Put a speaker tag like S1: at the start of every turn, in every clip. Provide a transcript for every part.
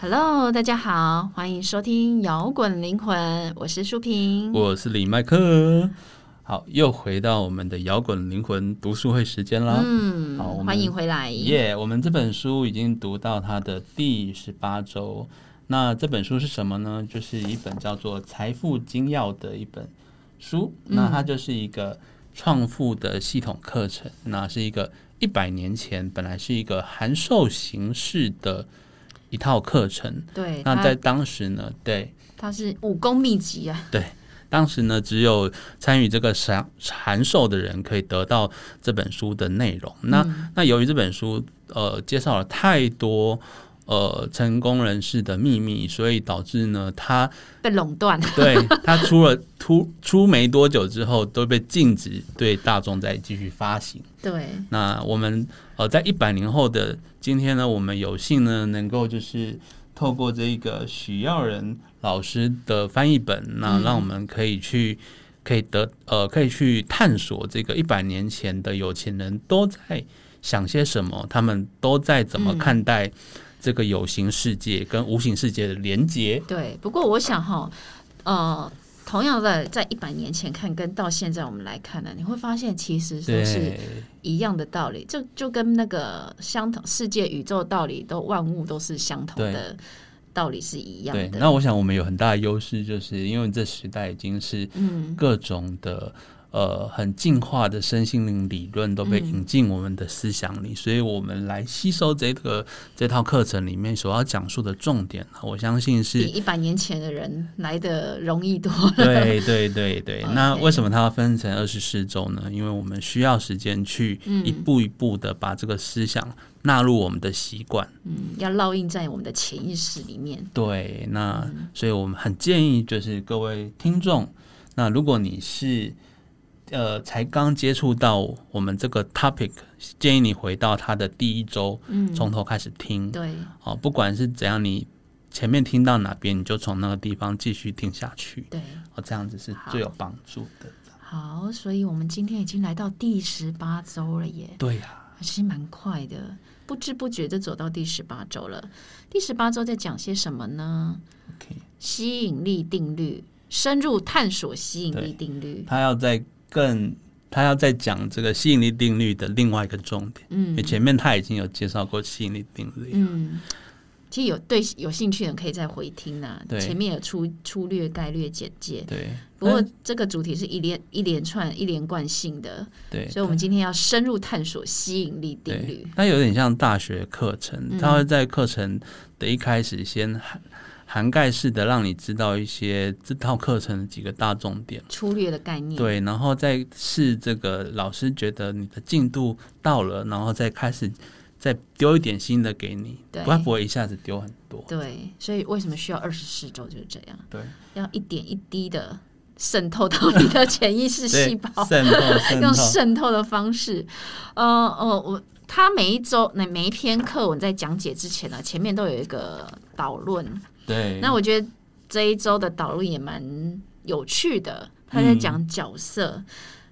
S1: Hello，大家好，欢迎收听摇滚灵魂，我是舒平。
S2: 我是李麦克。好，又回到我们的摇滚灵魂读书会时间啦。
S1: 嗯
S2: 啊好我，们
S1: 欢迎回来。
S2: 耶、我们这本书已经读到它的第十八周。那这本书是什么呢？就是一本叫做《财富精要》的一本书。
S1: 嗯
S2: 那它就是一个创富的系统课程。那是一个一百年前本来是一个函授形式的一套课程。
S1: 对，
S2: 嗯那在
S1: 它
S2: 当时呢，对，
S1: 它是武功秘籍啊，
S2: 当时呢，只有参与这个函函授的人可以得到这本书的内容。那、那由于这本书呃介绍了太多呃成功人士的秘密，所以导致呢，他
S1: 被垄断。
S2: 对他出了出出没多久之后，都被禁止对大众再继续发行。
S1: 对，
S2: 那我们呃，在一百年后的今天呢，我们有幸呢，能够就是透过这个许耀仁老师的翻译本，那让我们可以去可以得呃，可以去探索这个一百年前的有钱人都在想些什么，他们都在怎么看待这个有形世界跟无形世界的连接。
S1: 对，不过我想哈，呃，同样的，在一百年前看跟到现在我们来看呢，你会发现其实都是
S2: 对，
S1: 一样的道理，就就跟那个相同世界宇宙道理都万物都是相同
S2: 对
S1: 的道理是一样
S2: 对，
S1: 的。
S2: 那我想我们有很大的优势，就是因为这时代已经是
S1: 嗯
S2: 各种的、呃很进化的身心灵理论都被
S1: 嗯
S2: 引进我们的思想里，所以我们来吸收这个这套课程里面所要讲述的重点，啊我相信
S1: 比
S2: 是。
S1: 一百年前的人来的容易多了。
S2: 对对对对
S1: 哦 OK，
S2: 那为什么它要分成二十四周呢？因为我们需要时间去
S1: 嗯
S2: 一步一步的把这个思想纳入我们的习惯。
S1: 嗯，要烙印在我们的潜意识里面。
S2: 对，那
S1: 嗯
S2: 所以我们很建议就是各位听众，那如果你是呃才刚接触到我们这个 topic，建议你回到它的第一周，嗯，从头开始听，
S1: 对，
S2: 哦，不管是怎样，你前面听到哪边，你就从那个地方继续听下去，
S1: 对，
S2: 哦，这样子是
S1: 好
S2: 最有帮助的。
S1: 好，所以我们今天已经来到第十八周了耶，
S2: 对啊呀、
S1: 还是蛮快的，不知不觉就走到第十八周了。第十八周在讲些什么呢？
S2: o k
S1: 吸引力定律，深入探索吸引力
S2: 对
S1: 定律。
S2: 他要在更。他要再讲这个吸引力定律的另外一个重点，因为
S1: 嗯
S2: 前面他已经有介绍过吸引力定律，
S1: 嗯，其实有对有兴趣的人可以再回听呐、
S2: 对嗯
S1: 前面有粗粗略概略简介。
S2: 对，
S1: 不过这个主题是一连一连串一连贯性的，
S2: 对，
S1: 所以我们今天要深入探索吸引力定律嗯
S2: 对。，它有点像大学课程，它会在课程的一开始先涵涵盖式的让你知道一些这套课程的几个大重点，
S1: 粗略的概念。
S2: 对，然后再是这个老师觉得你的进度到了，然后再开始再丢一点新的给你，
S1: 对
S2: 不它不会一下子丢很多，
S1: 对所以为什么需要二十四周就是这样，
S2: 对，
S1: 要一点一滴的渗透到你的潜意识细
S2: 对
S1: 胞，
S2: 渗透 渗
S1: 用
S2: 透，
S1: 渗透的方式。呃呃，我他每一周那每一篇课文在讲解之前呢，前面都有一个导论。
S2: 对，
S1: 那我觉得这一周的导论也蛮有趣的，他在讲角色。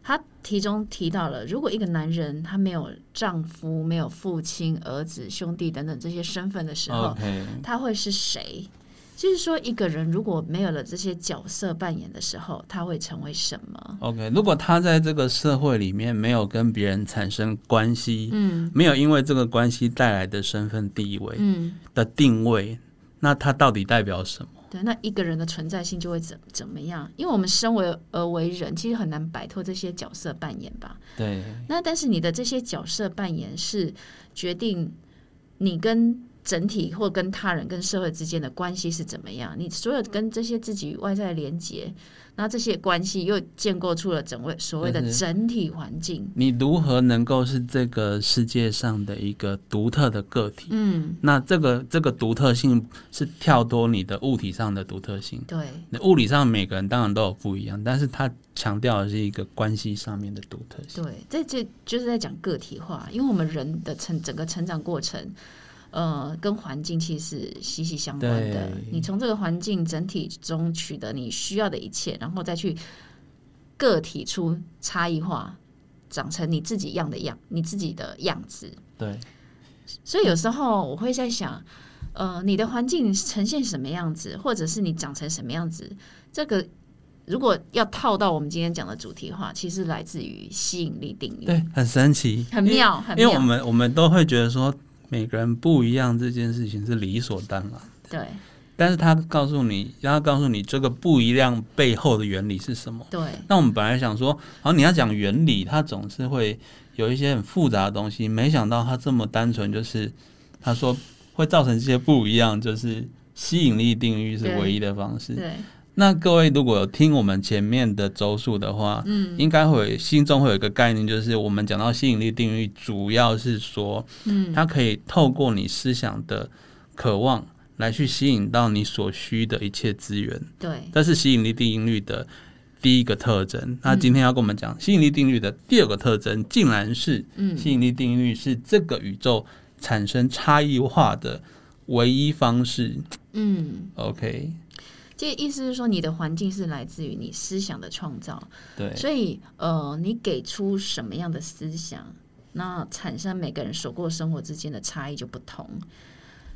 S1: 他其中提到了，如果一个男人他没有丈夫、没有父亲、儿子、兄弟等等这些身份的时候，
S2: OK，
S1: 他会是谁？就是说，一个人如果没有了这些角色扮演的时候，他会成为什么？
S2: OK，如果他在这个社会里面没有跟别人产生关系，嗯，没有因为这个关系带来的身份地位，
S1: 嗯，
S2: 的定位，那他到底代表什么？
S1: 对，那一个人的存在性就会怎怎么样？因为我们身为而为人，其实很难摆脱这些角色扮演吧。
S2: 对
S1: 那但是你的这些角色扮演是决定你跟整体或跟他人、跟社会之间的关系是怎么样。你所有跟这些自己与外在的连接，那这些关系又建构出了整位所谓的
S2: 就是
S1: 整体环境。
S2: 你如何能够是这个世界上的一个独特的个体？
S1: 嗯，
S2: 那这个这个独特性是跳脱你的物体上的独特性。
S1: 对。
S2: 那物理上每个人当然都有不一样，但是他强调的是一个关系上面的独特性。
S1: 对，这这就是在讲个体化，因为我们人的成整个成长过程，呃，跟环境其实是息息相关的
S2: 对。
S1: 你从这个环境整体中取得你需要的一切，然后再去个体出差异化，长成你自己样的样，你自己的样子。
S2: 对
S1: 所以有时候我会在想，呃，你的环境呈现什么样子，或者是你长成什么样子，这个如果要套到我们今天讲的主题的话，其实来自于吸引力定律，
S2: 对，很神奇，
S1: 很妙，很
S2: 因为我
S1: 妙，
S2: 们我们都会觉得说每个人不一样这件事情是理所当然，
S1: 对
S2: 但是他告诉你，他告诉你这个不一样背后的原理是什么。
S1: 对
S2: 那我们本来想说，好像你要讲原理，它总是会有一些很复杂的东西，没想到它这么单纯，就是他说会造成这些不一样，就是吸引力定律是
S1: 对
S2: 唯一的方式。
S1: 对，
S2: 那各位如果有听我们前面的周数的话，嗯，应该会心中会有一个概念，就是我们讲到吸引力定律，主要是说，嗯，它可以透过你思想的渴望来去吸引到你所需的一切资源，
S1: 对，
S2: 这是吸引力定律的第一个特
S1: 嗯
S2: 征。那今天要跟我们讲吸引力定律的第二个特征，竟然是
S1: 嗯，
S2: 吸引力定律是这个宇宙产生差异化的唯一方式。
S1: 嗯，
S2: OK，
S1: 这意思是说，你的环境是来自于你思想的创造，
S2: 对。
S1: 所以呃，你给出什么样的思想，那产生每个人所过生活之间的差异就不同。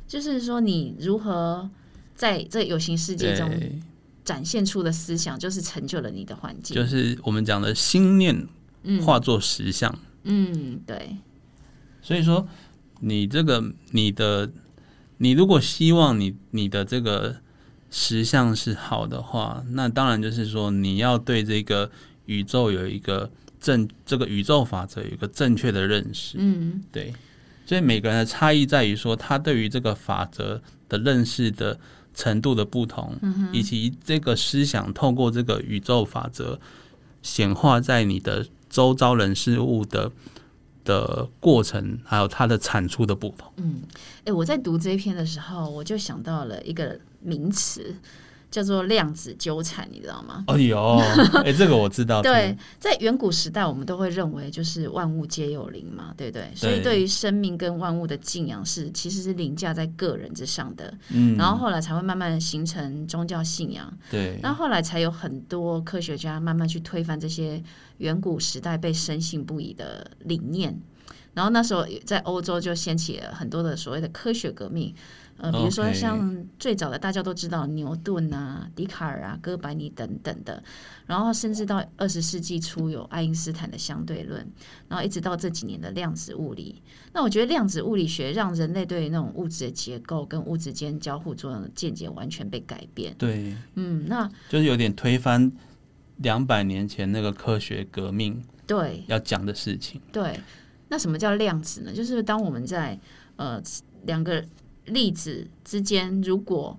S1: 就是说，你如何在这有形世界中
S2: 对，
S1: 展现出的思想，就是成就了你的环境。
S2: 就是我们讲的心念
S1: 嗯
S2: 化作实相。
S1: 嗯，对，
S2: 所以说，你这个你的你如果希望你你的这个实相是好的话，那当然就是说你要对这个宇宙有一个正这个宇宙法则有一个正确的认识。
S1: 嗯，
S2: 对，所以每个人的差异在于说他对于这个法则的认识的程度的不同，以及这个思想透过这个宇宙法则显化在你的周遭人事物的的过程，还有它的产出的不同。
S1: 诶，我在读这一篇的时候，我就想到了一个名词，叫做量子纠缠，你知道吗？
S2: 哎呦，哎，这个我知道。
S1: 对，在远古时代，我们都会认为就是万物皆有灵嘛，对不对？所以对于生命跟万物的敬仰是其实是凌驾在个人之上的，
S2: 嗯，
S1: 然后后来才会慢慢形成宗教信仰，
S2: 对，
S1: 那后来才有很多科学家慢慢去推翻这些远古时代被深信不疑的理念。然后那时候在欧洲就掀起了很多的所谓的科学革命，呃，比如说
S2: OK
S1: 像最早的大家都知道牛顿啊、笛卡尔啊、哥白尼等等的，然后甚至到二十世纪初有爱因斯坦的相对论，然后一直到这几年的量子物理。那我觉得量子物理学让人类对于那种物质的结构跟物质间交互作用的见解完全被改变。
S2: 对，
S1: 嗯，那
S2: 就是有点推翻两百年前那个科学革命
S1: 对，
S2: 要讲的事情。
S1: 对，那什么叫量子呢？就是当我们在呃两个粒子之间，如果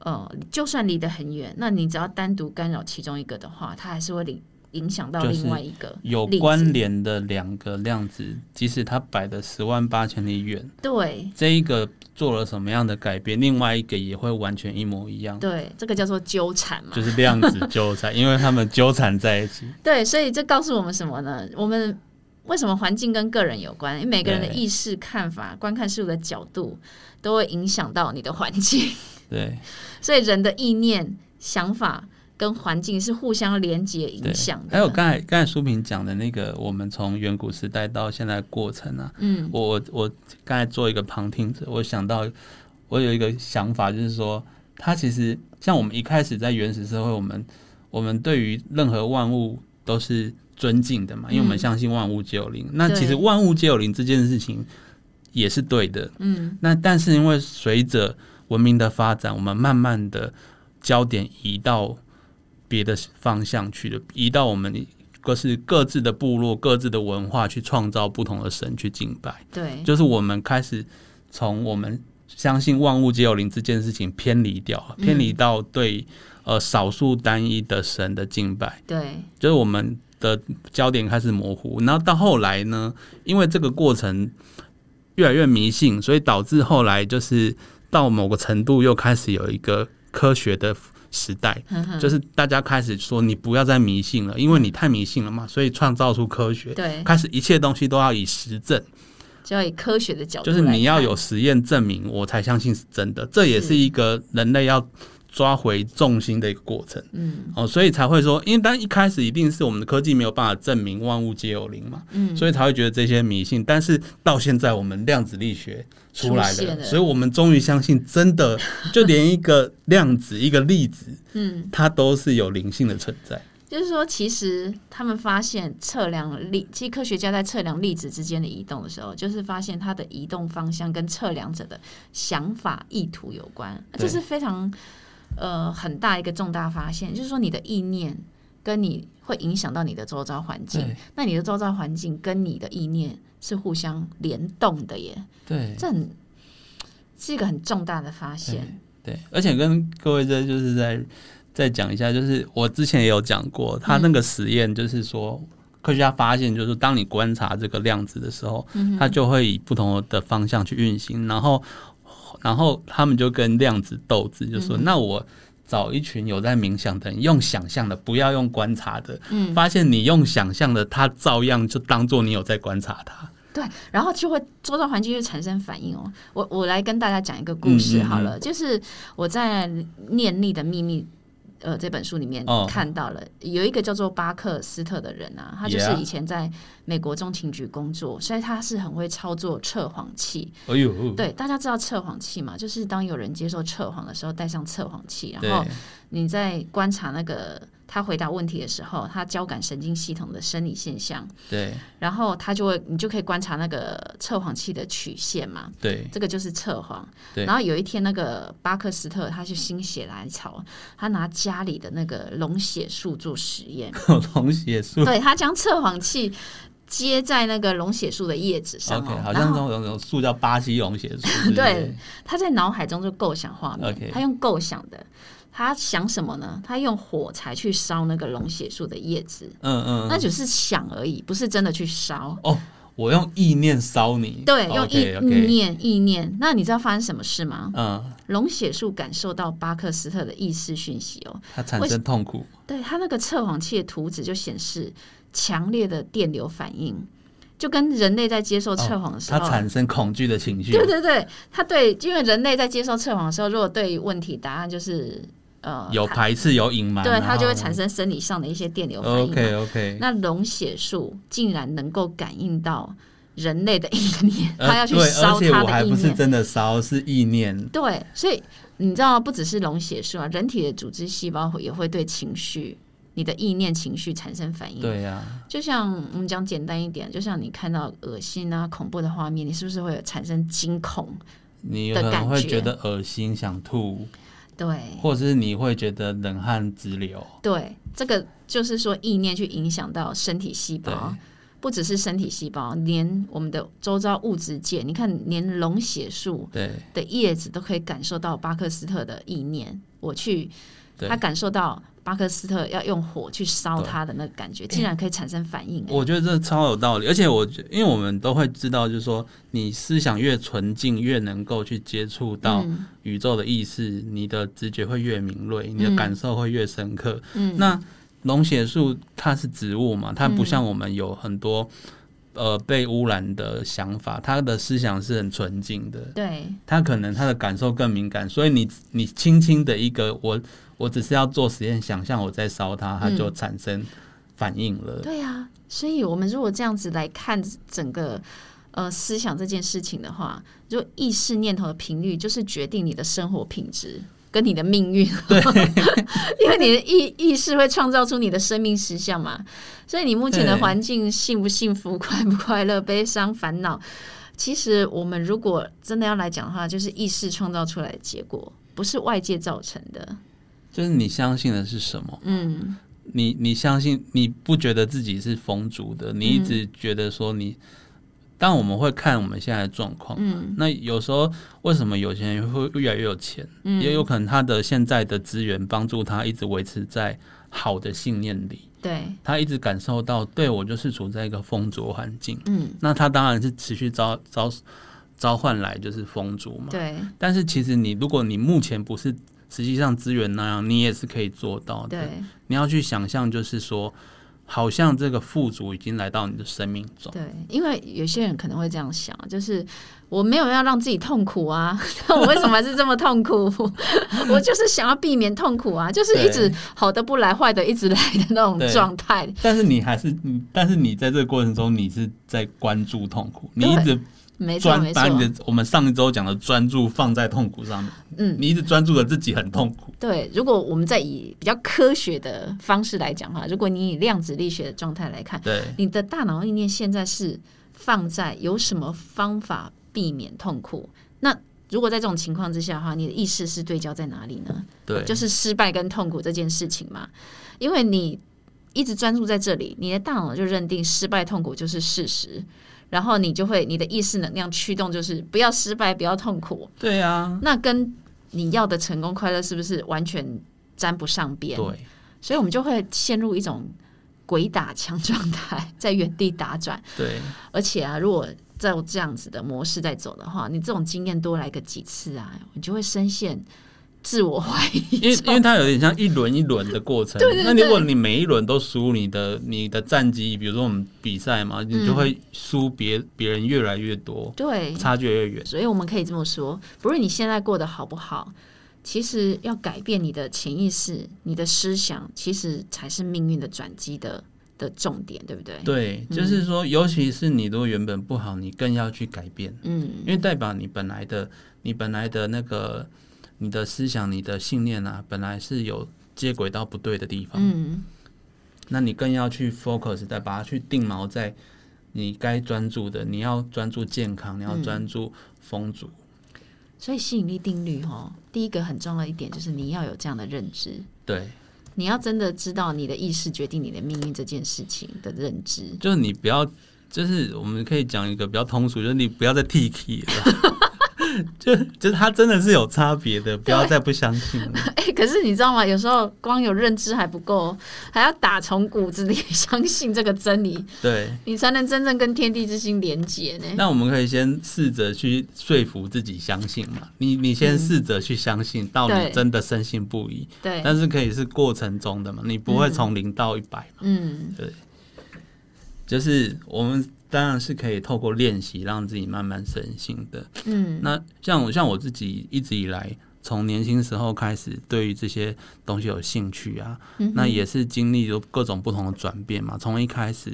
S1: 呃就算离得很远，那你只要单独干扰其中一个的话，它还是会影影响到
S2: 就
S1: 另
S2: 是
S1: 外一个。
S2: 有
S1: 例子
S2: 关联的两个量子，即使它摆的十万八千里远，
S1: 对
S2: 这一个做了什么样的改变，另外一个也会完全一模一样，
S1: 对，这个叫做纠缠嘛。
S2: 就是量子纠缠， 因为它们纠缠在一起。
S1: 对，所以这告诉我们什么呢？我们为什么环境跟个人有关？因为每个人的
S2: 对
S1: 意识、看法、观看事物的角度，都会影响到你的环境。
S2: 对
S1: 所以人的意念、想法跟环境是互相连接影
S2: 对
S1: 响，的。
S2: 还有刚才刚才苏萍讲的那个，我们从远古时代到现在的过程啊，
S1: 嗯，
S2: 我我我刚才做一个旁听者，我想到我有一个想法，就是说，它其实像我们一开始在原始社会，我们我们对于任何万物都是尊敬的嘛，因为我们
S1: 嗯
S2: 相信万物皆有灵。那
S1: 对
S2: 其实万物皆有灵这件事情也是对的。
S1: 嗯，
S2: 那但是因为随着文明的发展，我们慢慢的焦点移到别的方向去了，移到我们各是各自的部落、各自的文化去创造不同的神去敬拜。
S1: 对，
S2: 就是我们开始从我们相信万物皆有灵这件事情偏离掉了，
S1: 嗯
S2: 偏离到对呃少数单一的神的敬拜，
S1: 对，
S2: 就是我们的焦点开始模糊。然后到后来呢，因为这个过程越来越迷信，所以导致后来就是到某个程度又开始有一个科学的时代。
S1: 哼哼
S2: 就是大家开始说你不要再迷信了，因为你太迷信了嘛，所以创造出科学，
S1: 对，
S2: 开始一切东西都要以实证。
S1: 就要以科学的角度
S2: 就
S1: 来
S2: 是
S1: 看，
S2: 你要有实验证明，我才相信是真的。这也是一个人类要抓回重心的一个过程。
S1: 嗯
S2: 哦，所以才会说，因为当然一开始一定是我们的科技没有办法证明万物皆有灵嘛，
S1: 嗯，
S2: 所以才会觉得这些迷信。但是到现在我们量子力学出来
S1: 出现了
S2: 所以我们终于相信，真的 就连一个量子、一个粒子，
S1: 嗯，
S2: 它都是有灵性的存在。
S1: 就是说，其实他们发现测量粒，其实科学家在测量粒子之间的移动的时候，就是发现它的移动方向跟测量者的想法意图有关，
S2: 对
S1: 这是非常呃很大一个重大发现，就是说你的意念跟你会影响到你的周遭环境
S2: 对，
S1: 那你的周遭环境跟你的意念是互相联动的耶，
S2: 对
S1: 这很是一个很重大的发现，
S2: 对，而且跟各位这就是在再讲一下，就是我之前也有讲过，他那个实验就是说。科学家发现，就是当你观察这个量子的时候，
S1: 嗯
S2: 它就会以不同的方向去运行，然后，然后他们就跟量子斗智，就
S1: 嗯
S2: 说：“那我找一群有在冥想的人，用想象的，不要用观察的。
S1: 嗯
S2: 发现你用想象的，他照样就当做你有在观察他。
S1: 对，然后就会周遭环境就产生反应哦。我我来跟大家讲一个故
S2: 嗯
S1: 事好了，就是我在《念力的秘密》呃这本书里面
S2: 哦
S1: 看到了、有一个叫做巴克斯特的人啊，他就是
S2: Yeah
S1: 以前在美国中情局工作，所以他是很会操作测谎器。
S2: 哎呦，
S1: 对，大家知道测谎器嘛？就是当有人接受测谎的时候，戴上测谎器，然
S2: 对
S1: 后你在观察那个他回答问题的时候，他交感神经系统的生理现象。
S2: 对
S1: 然后它就会，你就可以观察那个测谎器的曲线嘛，
S2: 对
S1: 这个就是测谎。
S2: 对
S1: 然后有一天，那个巴克斯特他就心血来潮，他拿家里的那个龙血树做实验，
S2: 对，同血树。
S1: 对他将测谎器接在那个龙血树的叶子上、
S2: OK，
S1: 哦，
S2: 好
S1: 然
S2: 像
S1: 后
S2: 种种种树叫巴西龙血树，是不是
S1: 对他在脑海中就构想画面
S2: OK
S1: 他用构想的。他想什么呢？他用火柴去烧那个龙血树的叶子，
S2: 嗯嗯，
S1: 那只是想而已，不是真的去烧。
S2: 我用意念烧你，
S1: 对，用意
S2: 哦 OK，OK
S1: 意念意念。那你知道发生什么事吗？
S2: 嗯，
S1: 龙血树感受到巴克斯特的意识讯息哦，
S2: 它产
S1: 为
S2: 生痛苦，
S1: 对他那个测谎器的图纸就显示强烈的电流反应，就跟人类在接受测谎的时
S2: 哦它
S1: 候。
S2: 产生恐惧的情绪
S1: 对，对对，他对，因为人类在接受测谎的时候，如果对问题答案就是呃，
S2: 有排斥，有隐瞒，
S1: 对，
S2: 然
S1: 它
S2: 后
S1: 就会产生生理上的一些电流反应嘛。
S2: 啊 OK OK，
S1: 那龙血树竟然能够感应到人类的意念，它要去
S2: 呃对，
S1: 烧
S2: 而且
S1: 它
S2: 我
S1: 的
S2: 还
S1: 意
S2: 不是
S1: 念。
S2: 真的烧，是意念，
S1: 对，所以你知道，不只是龙血素啊，人体的组织细胞会也会对情绪、你的意念、情绪产生反应。，
S2: 对啊呀，
S1: 就像我们讲简单一点，就像你看到恶心啊、恐怖的画面，你是不是会有产生惊恐？
S2: 你
S1: 的
S2: 可
S1: 感
S2: 能会
S1: 觉
S2: 觉得恶心、想吐，
S1: 对，
S2: 或者是你会觉得冷汗直流，
S1: 对，这个就是说意念去影响到身体细
S2: 对
S1: 胞。不只是身体细胞，连我们的周遭物质界，你看，连龙血树
S2: 对
S1: 的叶子都可以感受到巴克斯特的意念。我去
S2: 对
S1: 他。感受到巴克斯特要用火去烧他的那个感觉，竟然可以产生反应、
S2: 我觉得这超有道理，而且我觉，因为我们都会知道，就是说，你思想越纯净，越能够去接触到
S1: 嗯
S2: 宇宙的意识，你的直觉会越敏锐，你
S1: 嗯
S2: 的感受会越深刻。
S1: 嗯
S2: 那龙血树它是植物嘛，它不
S1: 嗯
S2: 像我们有很多、呃被污染的想法，它的思想是很纯净的，
S1: 对，
S2: 它可能它的感受更敏感，所以你你轻轻的一个我我只是要做实验，想象我在烧它，
S1: 嗯
S2: 它就产生反应了。
S1: 对啊，所以我们如果这样子来看整个呃思想这件事情的话，就意识念头的频率就是决定你的生活品质。跟你的命运， 因为你的意意识会创造出你的生命实相嘛，所以你目前的
S2: 对
S1: 环境幸不幸福、快不快乐、悲伤、烦恼，其实我们如果真的要来讲的话，就是意识创造出来的结果，不是外界造成的。
S2: 就是你相信的是什么？
S1: 嗯，
S2: 你你相信你不觉得自己是丰足的，你一直觉得说你，但我们会看我们现在的状况。嗯，那有时候为什么有钱人会越来越有钱？嗯，也有可能他的现在的资源帮助他一直维持在好的信念里，
S1: 对，
S2: 他一直感受到，对我就是处在一个丰足环境。
S1: 嗯，
S2: 那他当然是持续召召召唤来就是丰足嘛。
S1: 对，
S2: 但是其实你如果你目前不是实际上资源那样，你也是可以做到的。
S1: 对，
S2: 你要去想象，就是说，好像这个富足已经来到你的生命中。
S1: 对，因为有些人可能会这样想，就是我没有要让自己痛苦啊， 那我为什么还是这么痛 苦？我就是想要避免痛苦啊，就是一直好的不来，坏的一直来的那种
S2: 对
S1: 状态。
S2: 但是你还是你，但是你在这个过程中，你是在关注痛苦，你
S1: 对
S2: 一直
S1: 没错，
S2: 专
S1: 没
S2: 把
S1: 错，
S2: 你的我们上一周讲的专注放在痛苦上面，
S1: 嗯，
S2: 你一直专注的自己很痛苦，
S1: 对。如果我们再以比较科学的方式来讲哈，啊如果你以量子力学的状态来看，
S2: 对
S1: 你的大脑意念现在是放在有什么方法避免痛苦？那如果在这种情况之下哈，你的意识是对焦在哪里呢？
S2: 对
S1: 就是失败跟痛苦这件事情嘛。因为你一直专注在这里，你的大脑就认定失败、痛苦就是事实，然后你就会你的意识能量驱动就是不要失败，不要痛苦。
S2: 对啊呀，
S1: 那跟你要的成功快乐是不是完全沾不上边？
S2: 对
S1: 所以我们就会陷入一种鬼打墙状态，在原地打转。
S2: 对
S1: 而且啊，如果在这样子的模式在走的话，你这种经验多来个几次啊，你就会深陷自我怀疑
S2: 因为
S1: 中。
S2: 因为它有点像一轮一轮的过程。
S1: 对对对
S2: 那如果你每一轮都输，你的你的战绩，比如说我们比赛嘛，你就会输别别人越来越多，
S1: 对，
S2: 差距越远。
S1: 所以我们可以这么说，不论你现在过得好不好，其实要改变你的潜意识、你的思想，其实才是命运的转机的的重点，对不嗯对？
S2: 对，就是说，尤其是你如果原本不好，你更要去改变，
S1: 嗯，
S2: 因为代表你本来的你本来的那个你的思想、你的信念啊，本来是有接轨到不对的地方，
S1: 嗯，
S2: 那你更要去 focus 在把它去定锚在你该专注的，你要专注健康，你要
S1: 嗯
S2: 专注丰足。
S1: 所以吸引力定律哦，第一个很重要的一点就是你要有这样的认知，
S2: 对，
S1: 你要真的知道你的意识决定你的命运这件事情的认知。
S2: 就是你不要，就是我们可以讲一个比较通俗，就是你不要再 T K 了。 就就是它真的是有差别的，不要再不相信了。
S1: 哎、可是你知道吗？有时候光有认知还不够，还要打从骨子里 相信这个真理，
S2: 对，
S1: 你才能真正跟天地之心连结呢。
S2: 那我们可以先试着去说服自己相信嘛。你你先试着去相信，到
S1: 嗯对
S2: 你真的深信不疑。
S1: 对，
S2: 但是可以是过程中的嘛，你不会从零到一百、
S1: 嗯。
S2: 就是我们当然是可以透过练习让自己慢慢深信的。
S1: 嗯
S2: 那像我像我自己一直以来，从年轻时候开始对于这些东西有兴趣啊，
S1: 嗯哼
S2: 那也是经历了各种不同的转变嘛。从一开始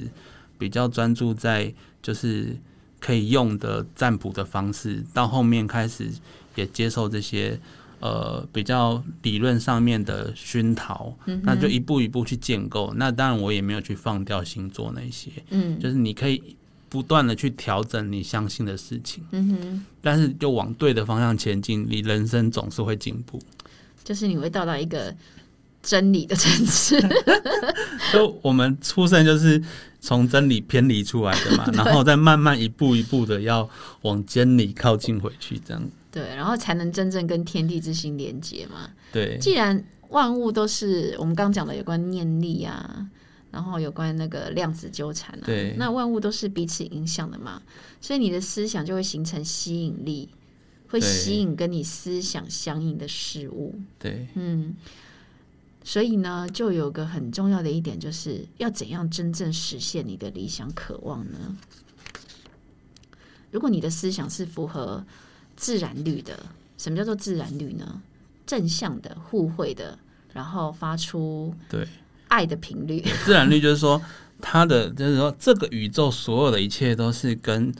S2: 比较专注在就是可以用的占卜的方式，到后面开始也接受这些。呃，比较理论上面的熏陶，
S1: 嗯哼
S2: 那就一步一步去建构。那当然，我也没有去放掉星座那些，
S1: 嗯
S2: 就是你可以不断的去调整你相信的事情。
S1: 嗯哼，
S2: 但是就往对的方向前进，你人生总是会进步。
S1: 就是你会到达一个真理的层 次，
S2: 就我们出生就是从真理偏离出来 的嘛，然后再慢慢一步一步的要往真理靠近回去，这样
S1: 对，然后才能真正跟天地之心连接嘛。
S2: 对
S1: 既然万物都是我们刚讲的有关念力啊，然后有关那个量子纠缠啊，
S2: 对
S1: 那万物都是彼此影响的嘛，所以你的思想就会形成吸引力，会
S2: 对
S1: 吸引跟你思想相应的事物。
S2: 对
S1: 嗯，所以呢，就有个很重要的一点，就是要怎样真正实现你的理想渴望呢？如果你的思想是符合自然律的，什么叫做自然律呢？正向的、互惠的，然后发出
S2: 对。
S1: 爱的频率。
S2: 自然律就是说，它的就是说，这个宇宙所有的一切都是跟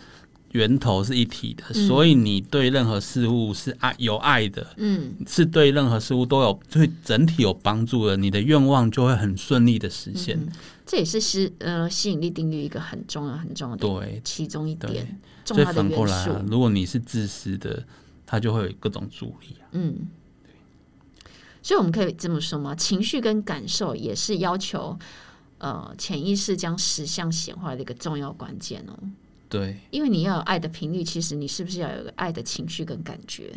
S2: 源头是一体的，
S1: 嗯
S2: 所以你对任何事物是爱有爱的，
S1: 嗯
S2: 是对任何事物都有对整体有帮助的，你的愿望就会很顺利的实现。
S1: 嗯这也是吸呃吸引力定律一个很重要、很重要的
S2: 对，
S1: 其中一点重
S2: 所以
S1: 要的
S2: 反
S1: 元
S2: 过来、
S1: 素
S2: 啊。，如果你是自私的，他就会有各种阻力、啊。
S1: 嗯，所以我们可以这么说吗？情绪跟感受也是要求呃潜意识将实相显化的一个重要关键哦。
S2: 对，啊
S1: 因为你要有爱的频率，其实你是不是要有个爱的情绪跟感觉？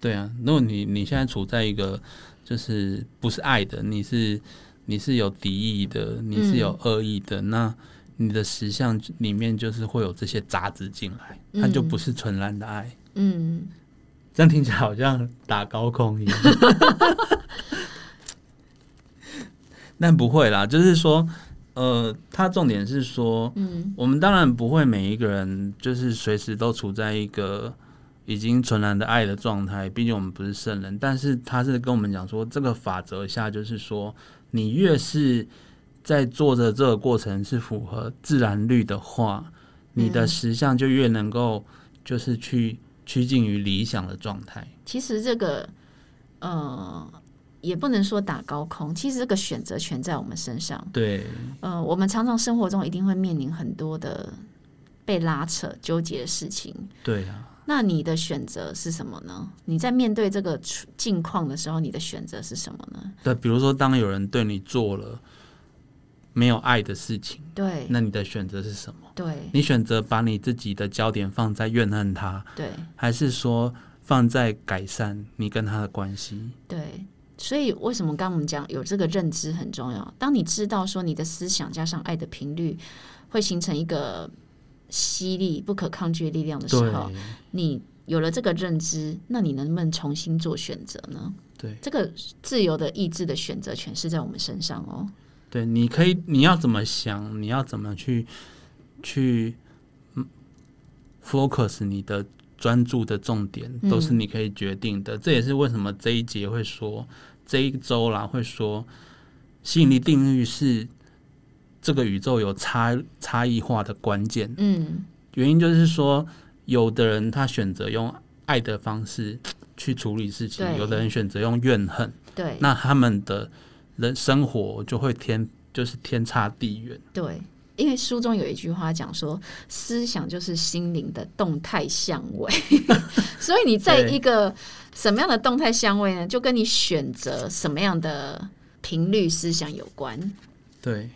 S2: 对啊。如果你你现在处在一个就是不是爱的，你是你是有敌意的，你是有恶意的，
S1: 嗯
S2: 那你的实相里面就是会有这些杂质进来，它就不是纯然的爱。
S1: 嗯，
S2: 这样听起来好像打高空一 样。但不会啦，就是说，呃，他重点是说，
S1: 嗯，
S2: 我们当然不会每一个人就是随时都处在一个已经纯然的爱的状态，毕竟我们不是圣人。但是他是跟我们讲说，这个法则下就是说，你越是在做着这个过程是符合自然律的话，你的实相就越能够就是去趋近于理想的状态。
S1: 其实这个，呃，也不能说打高空，其实这个选择权在我们身上。
S2: 对，
S1: 呃，我们常常生活中一定会面临很多的被拉扯、纠结的事情。
S2: 对啊，
S1: 那你的选择是什么呢？你在面对这个处境况的时候，你的选择是什么呢？
S2: 对，比如说当有人对你做了没有爱的事情，
S1: 对，
S2: 那你的选择是什么？
S1: 对，
S2: 你选择把你自己的焦点放在怨恨他，
S1: 对，
S2: 还是说放在改善你跟他的关系？
S1: 对。所以，为什么刚刚我们讲有这个认知很重要？当你知道说你的思想加上爱的频率会形成一个吸力、不可抗拒的力量的时
S2: 对
S1: 候，你有了这个认知，那你能不能重新做选择呢？
S2: 对
S1: 这个自由的意志的选择权是在我们身上哦。
S2: 对，你可以，你要怎么想？你要怎么去去嗯 focus 你的专注的重点，
S1: 嗯
S2: 都是你可以决定的。这也是为什么这一节会说这一周啦，会说吸引力定律是这个宇宙有差差异化的关键。
S1: 嗯，
S2: 原因就是说，有的人他选择用爱的方式去处理事情，
S1: 对
S2: 有的人选择用怨恨，
S1: 对
S2: 那他们的人生活就会天就是天差地远。
S1: 对，因为书中有一句话讲说，思想就是心灵的动态相位， 所以你在
S2: 对
S1: 一个什么样的动态相位呢，就跟你选择什么样的频率思想有关。
S2: 对，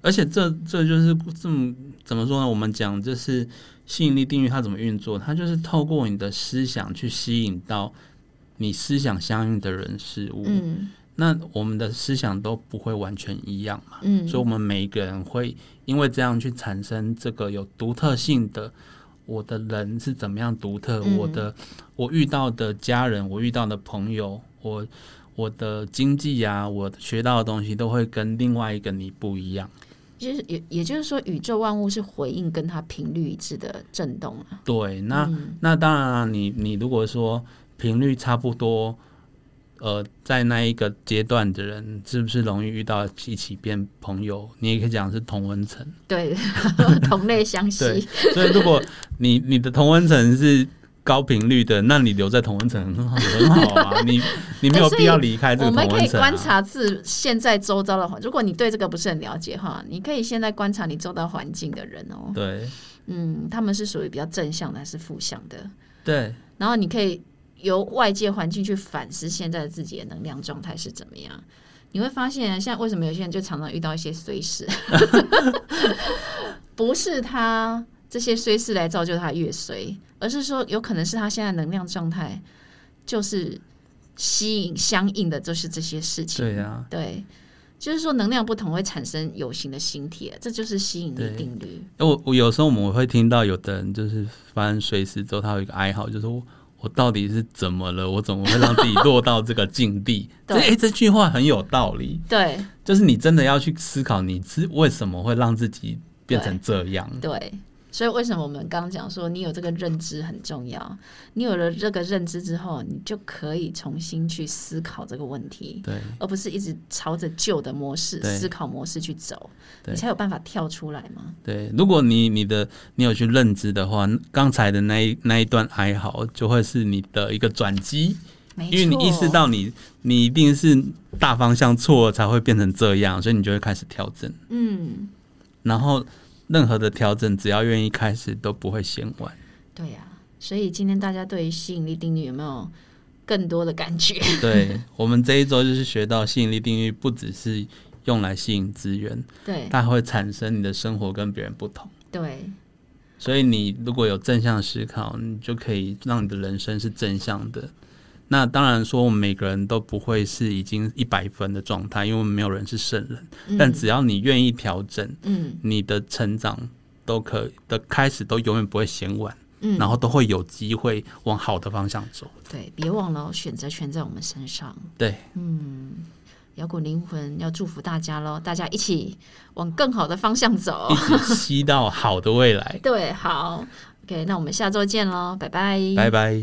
S2: 而且这这就是这么怎么说呢？我们讲就是吸引力定律它怎么运作，它就是透过你的思想去吸引到你思想相应的人事物。
S1: 嗯
S2: 那我们的思想都不会完全一样嘛。
S1: 嗯，
S2: 所以我们每一个人会因为这样去产生这个有独特性的。我的人是怎么样独特？
S1: 嗯
S2: 我的我遇到的家人，我遇到的朋友，我我的经济啊，我学到的东西都会跟另外一个你不一样。
S1: 就是也也就是说，宇宙万物是回应跟它频率一致的震动啊。
S2: 对，那、
S1: 嗯
S2: 那当然、啊，你你如果说频率差不多，呃，在那一个阶段的人，是不是容易遇到一起变朋友？你也可以讲是同温层。
S1: 对， 同类相吸。
S2: 对所以如果你你的同温层是高频率的，那你留在同温层很好很好啊，你你没有必要离开这
S1: 我
S2: 个
S1: 们可
S2: 同
S1: 以
S2: 温层、啊。
S1: 观察自现在周遭的环，如果你对这个不是很了解哈，你可以现在观察你周遭环境的人哦，
S2: 对
S1: 嗯，他们是属于比较正向的还是负向的，
S2: 对
S1: 然后你可以由外界环境去反思现在自己的能量状态是怎么样。你会发现，啊像为什么有些人就常常遇到一些衰事， 不是他这些衰事来造就他越衰，而是说有可能是他现在能量状态就是吸引相应的就是这些事情。
S2: 对啊，
S1: 对，就是说能量不同会产生有形的形体，这就是吸引力
S2: 对
S1: 定律。
S2: 我我有时候我们会听到有的人就是发生随时之后，他有一个哀嚎，就是我我到底是怎么了？我怎么会让自己落到这个境地？这
S1: 对
S2: 诶、这句话很有道理，
S1: 对
S2: 就是你真的要去思考，你是为什么会让自己变成这样？
S1: 对，所以为什么我们刚刚讲说你有这个认知很重要？你有了这个认知之后，你就可以重新去思考这个问题，
S2: 对
S1: 而不是一直朝着旧的模式
S2: 嗯对
S1: 思考模式去走，
S2: 对
S1: 你才有办法跳出来嘛。
S2: 对，如果你你的你有去认知的话，刚才的那一那一段哀嚎就会是你的一个转机，
S1: 没错，
S2: 因为你意识到你你一定是大方向错了才会变成这样，所以你就会开始调整。
S1: 嗯。
S2: 然后任何的调整，只要愿意开始，都不会嫌晚。
S1: 对呀、所以今天大家对于吸引力定律有没有更多的感 觉？
S2: 对我们这一周就是学到吸引力定律，不只是用来吸引资源，
S1: 对
S2: 它会产生你的生活跟别人不同。
S1: 对
S2: 所以你如果有正向思考，你就可以让你的人生是正向的。那当然说，我们每个人都不会是已经一百分的状态，因为我们没有人是圣人。
S1: 嗯
S2: 但只要你愿意调整，
S1: 嗯
S2: 你的成长都可的开始都永远不会嫌晚，
S1: 嗯，
S2: 然后都会有机会往好的方向走。
S1: 对，别忘了哦选择权在我们身上。
S2: 对，
S1: 嗯，
S3: 摇滚灵魂要祝福大家喽，大家一起往更好的方向走。
S4: 一。直吸到好的未 来
S3: 对，好，OK，那我们下周见喽，拜拜，
S4: 拜拜。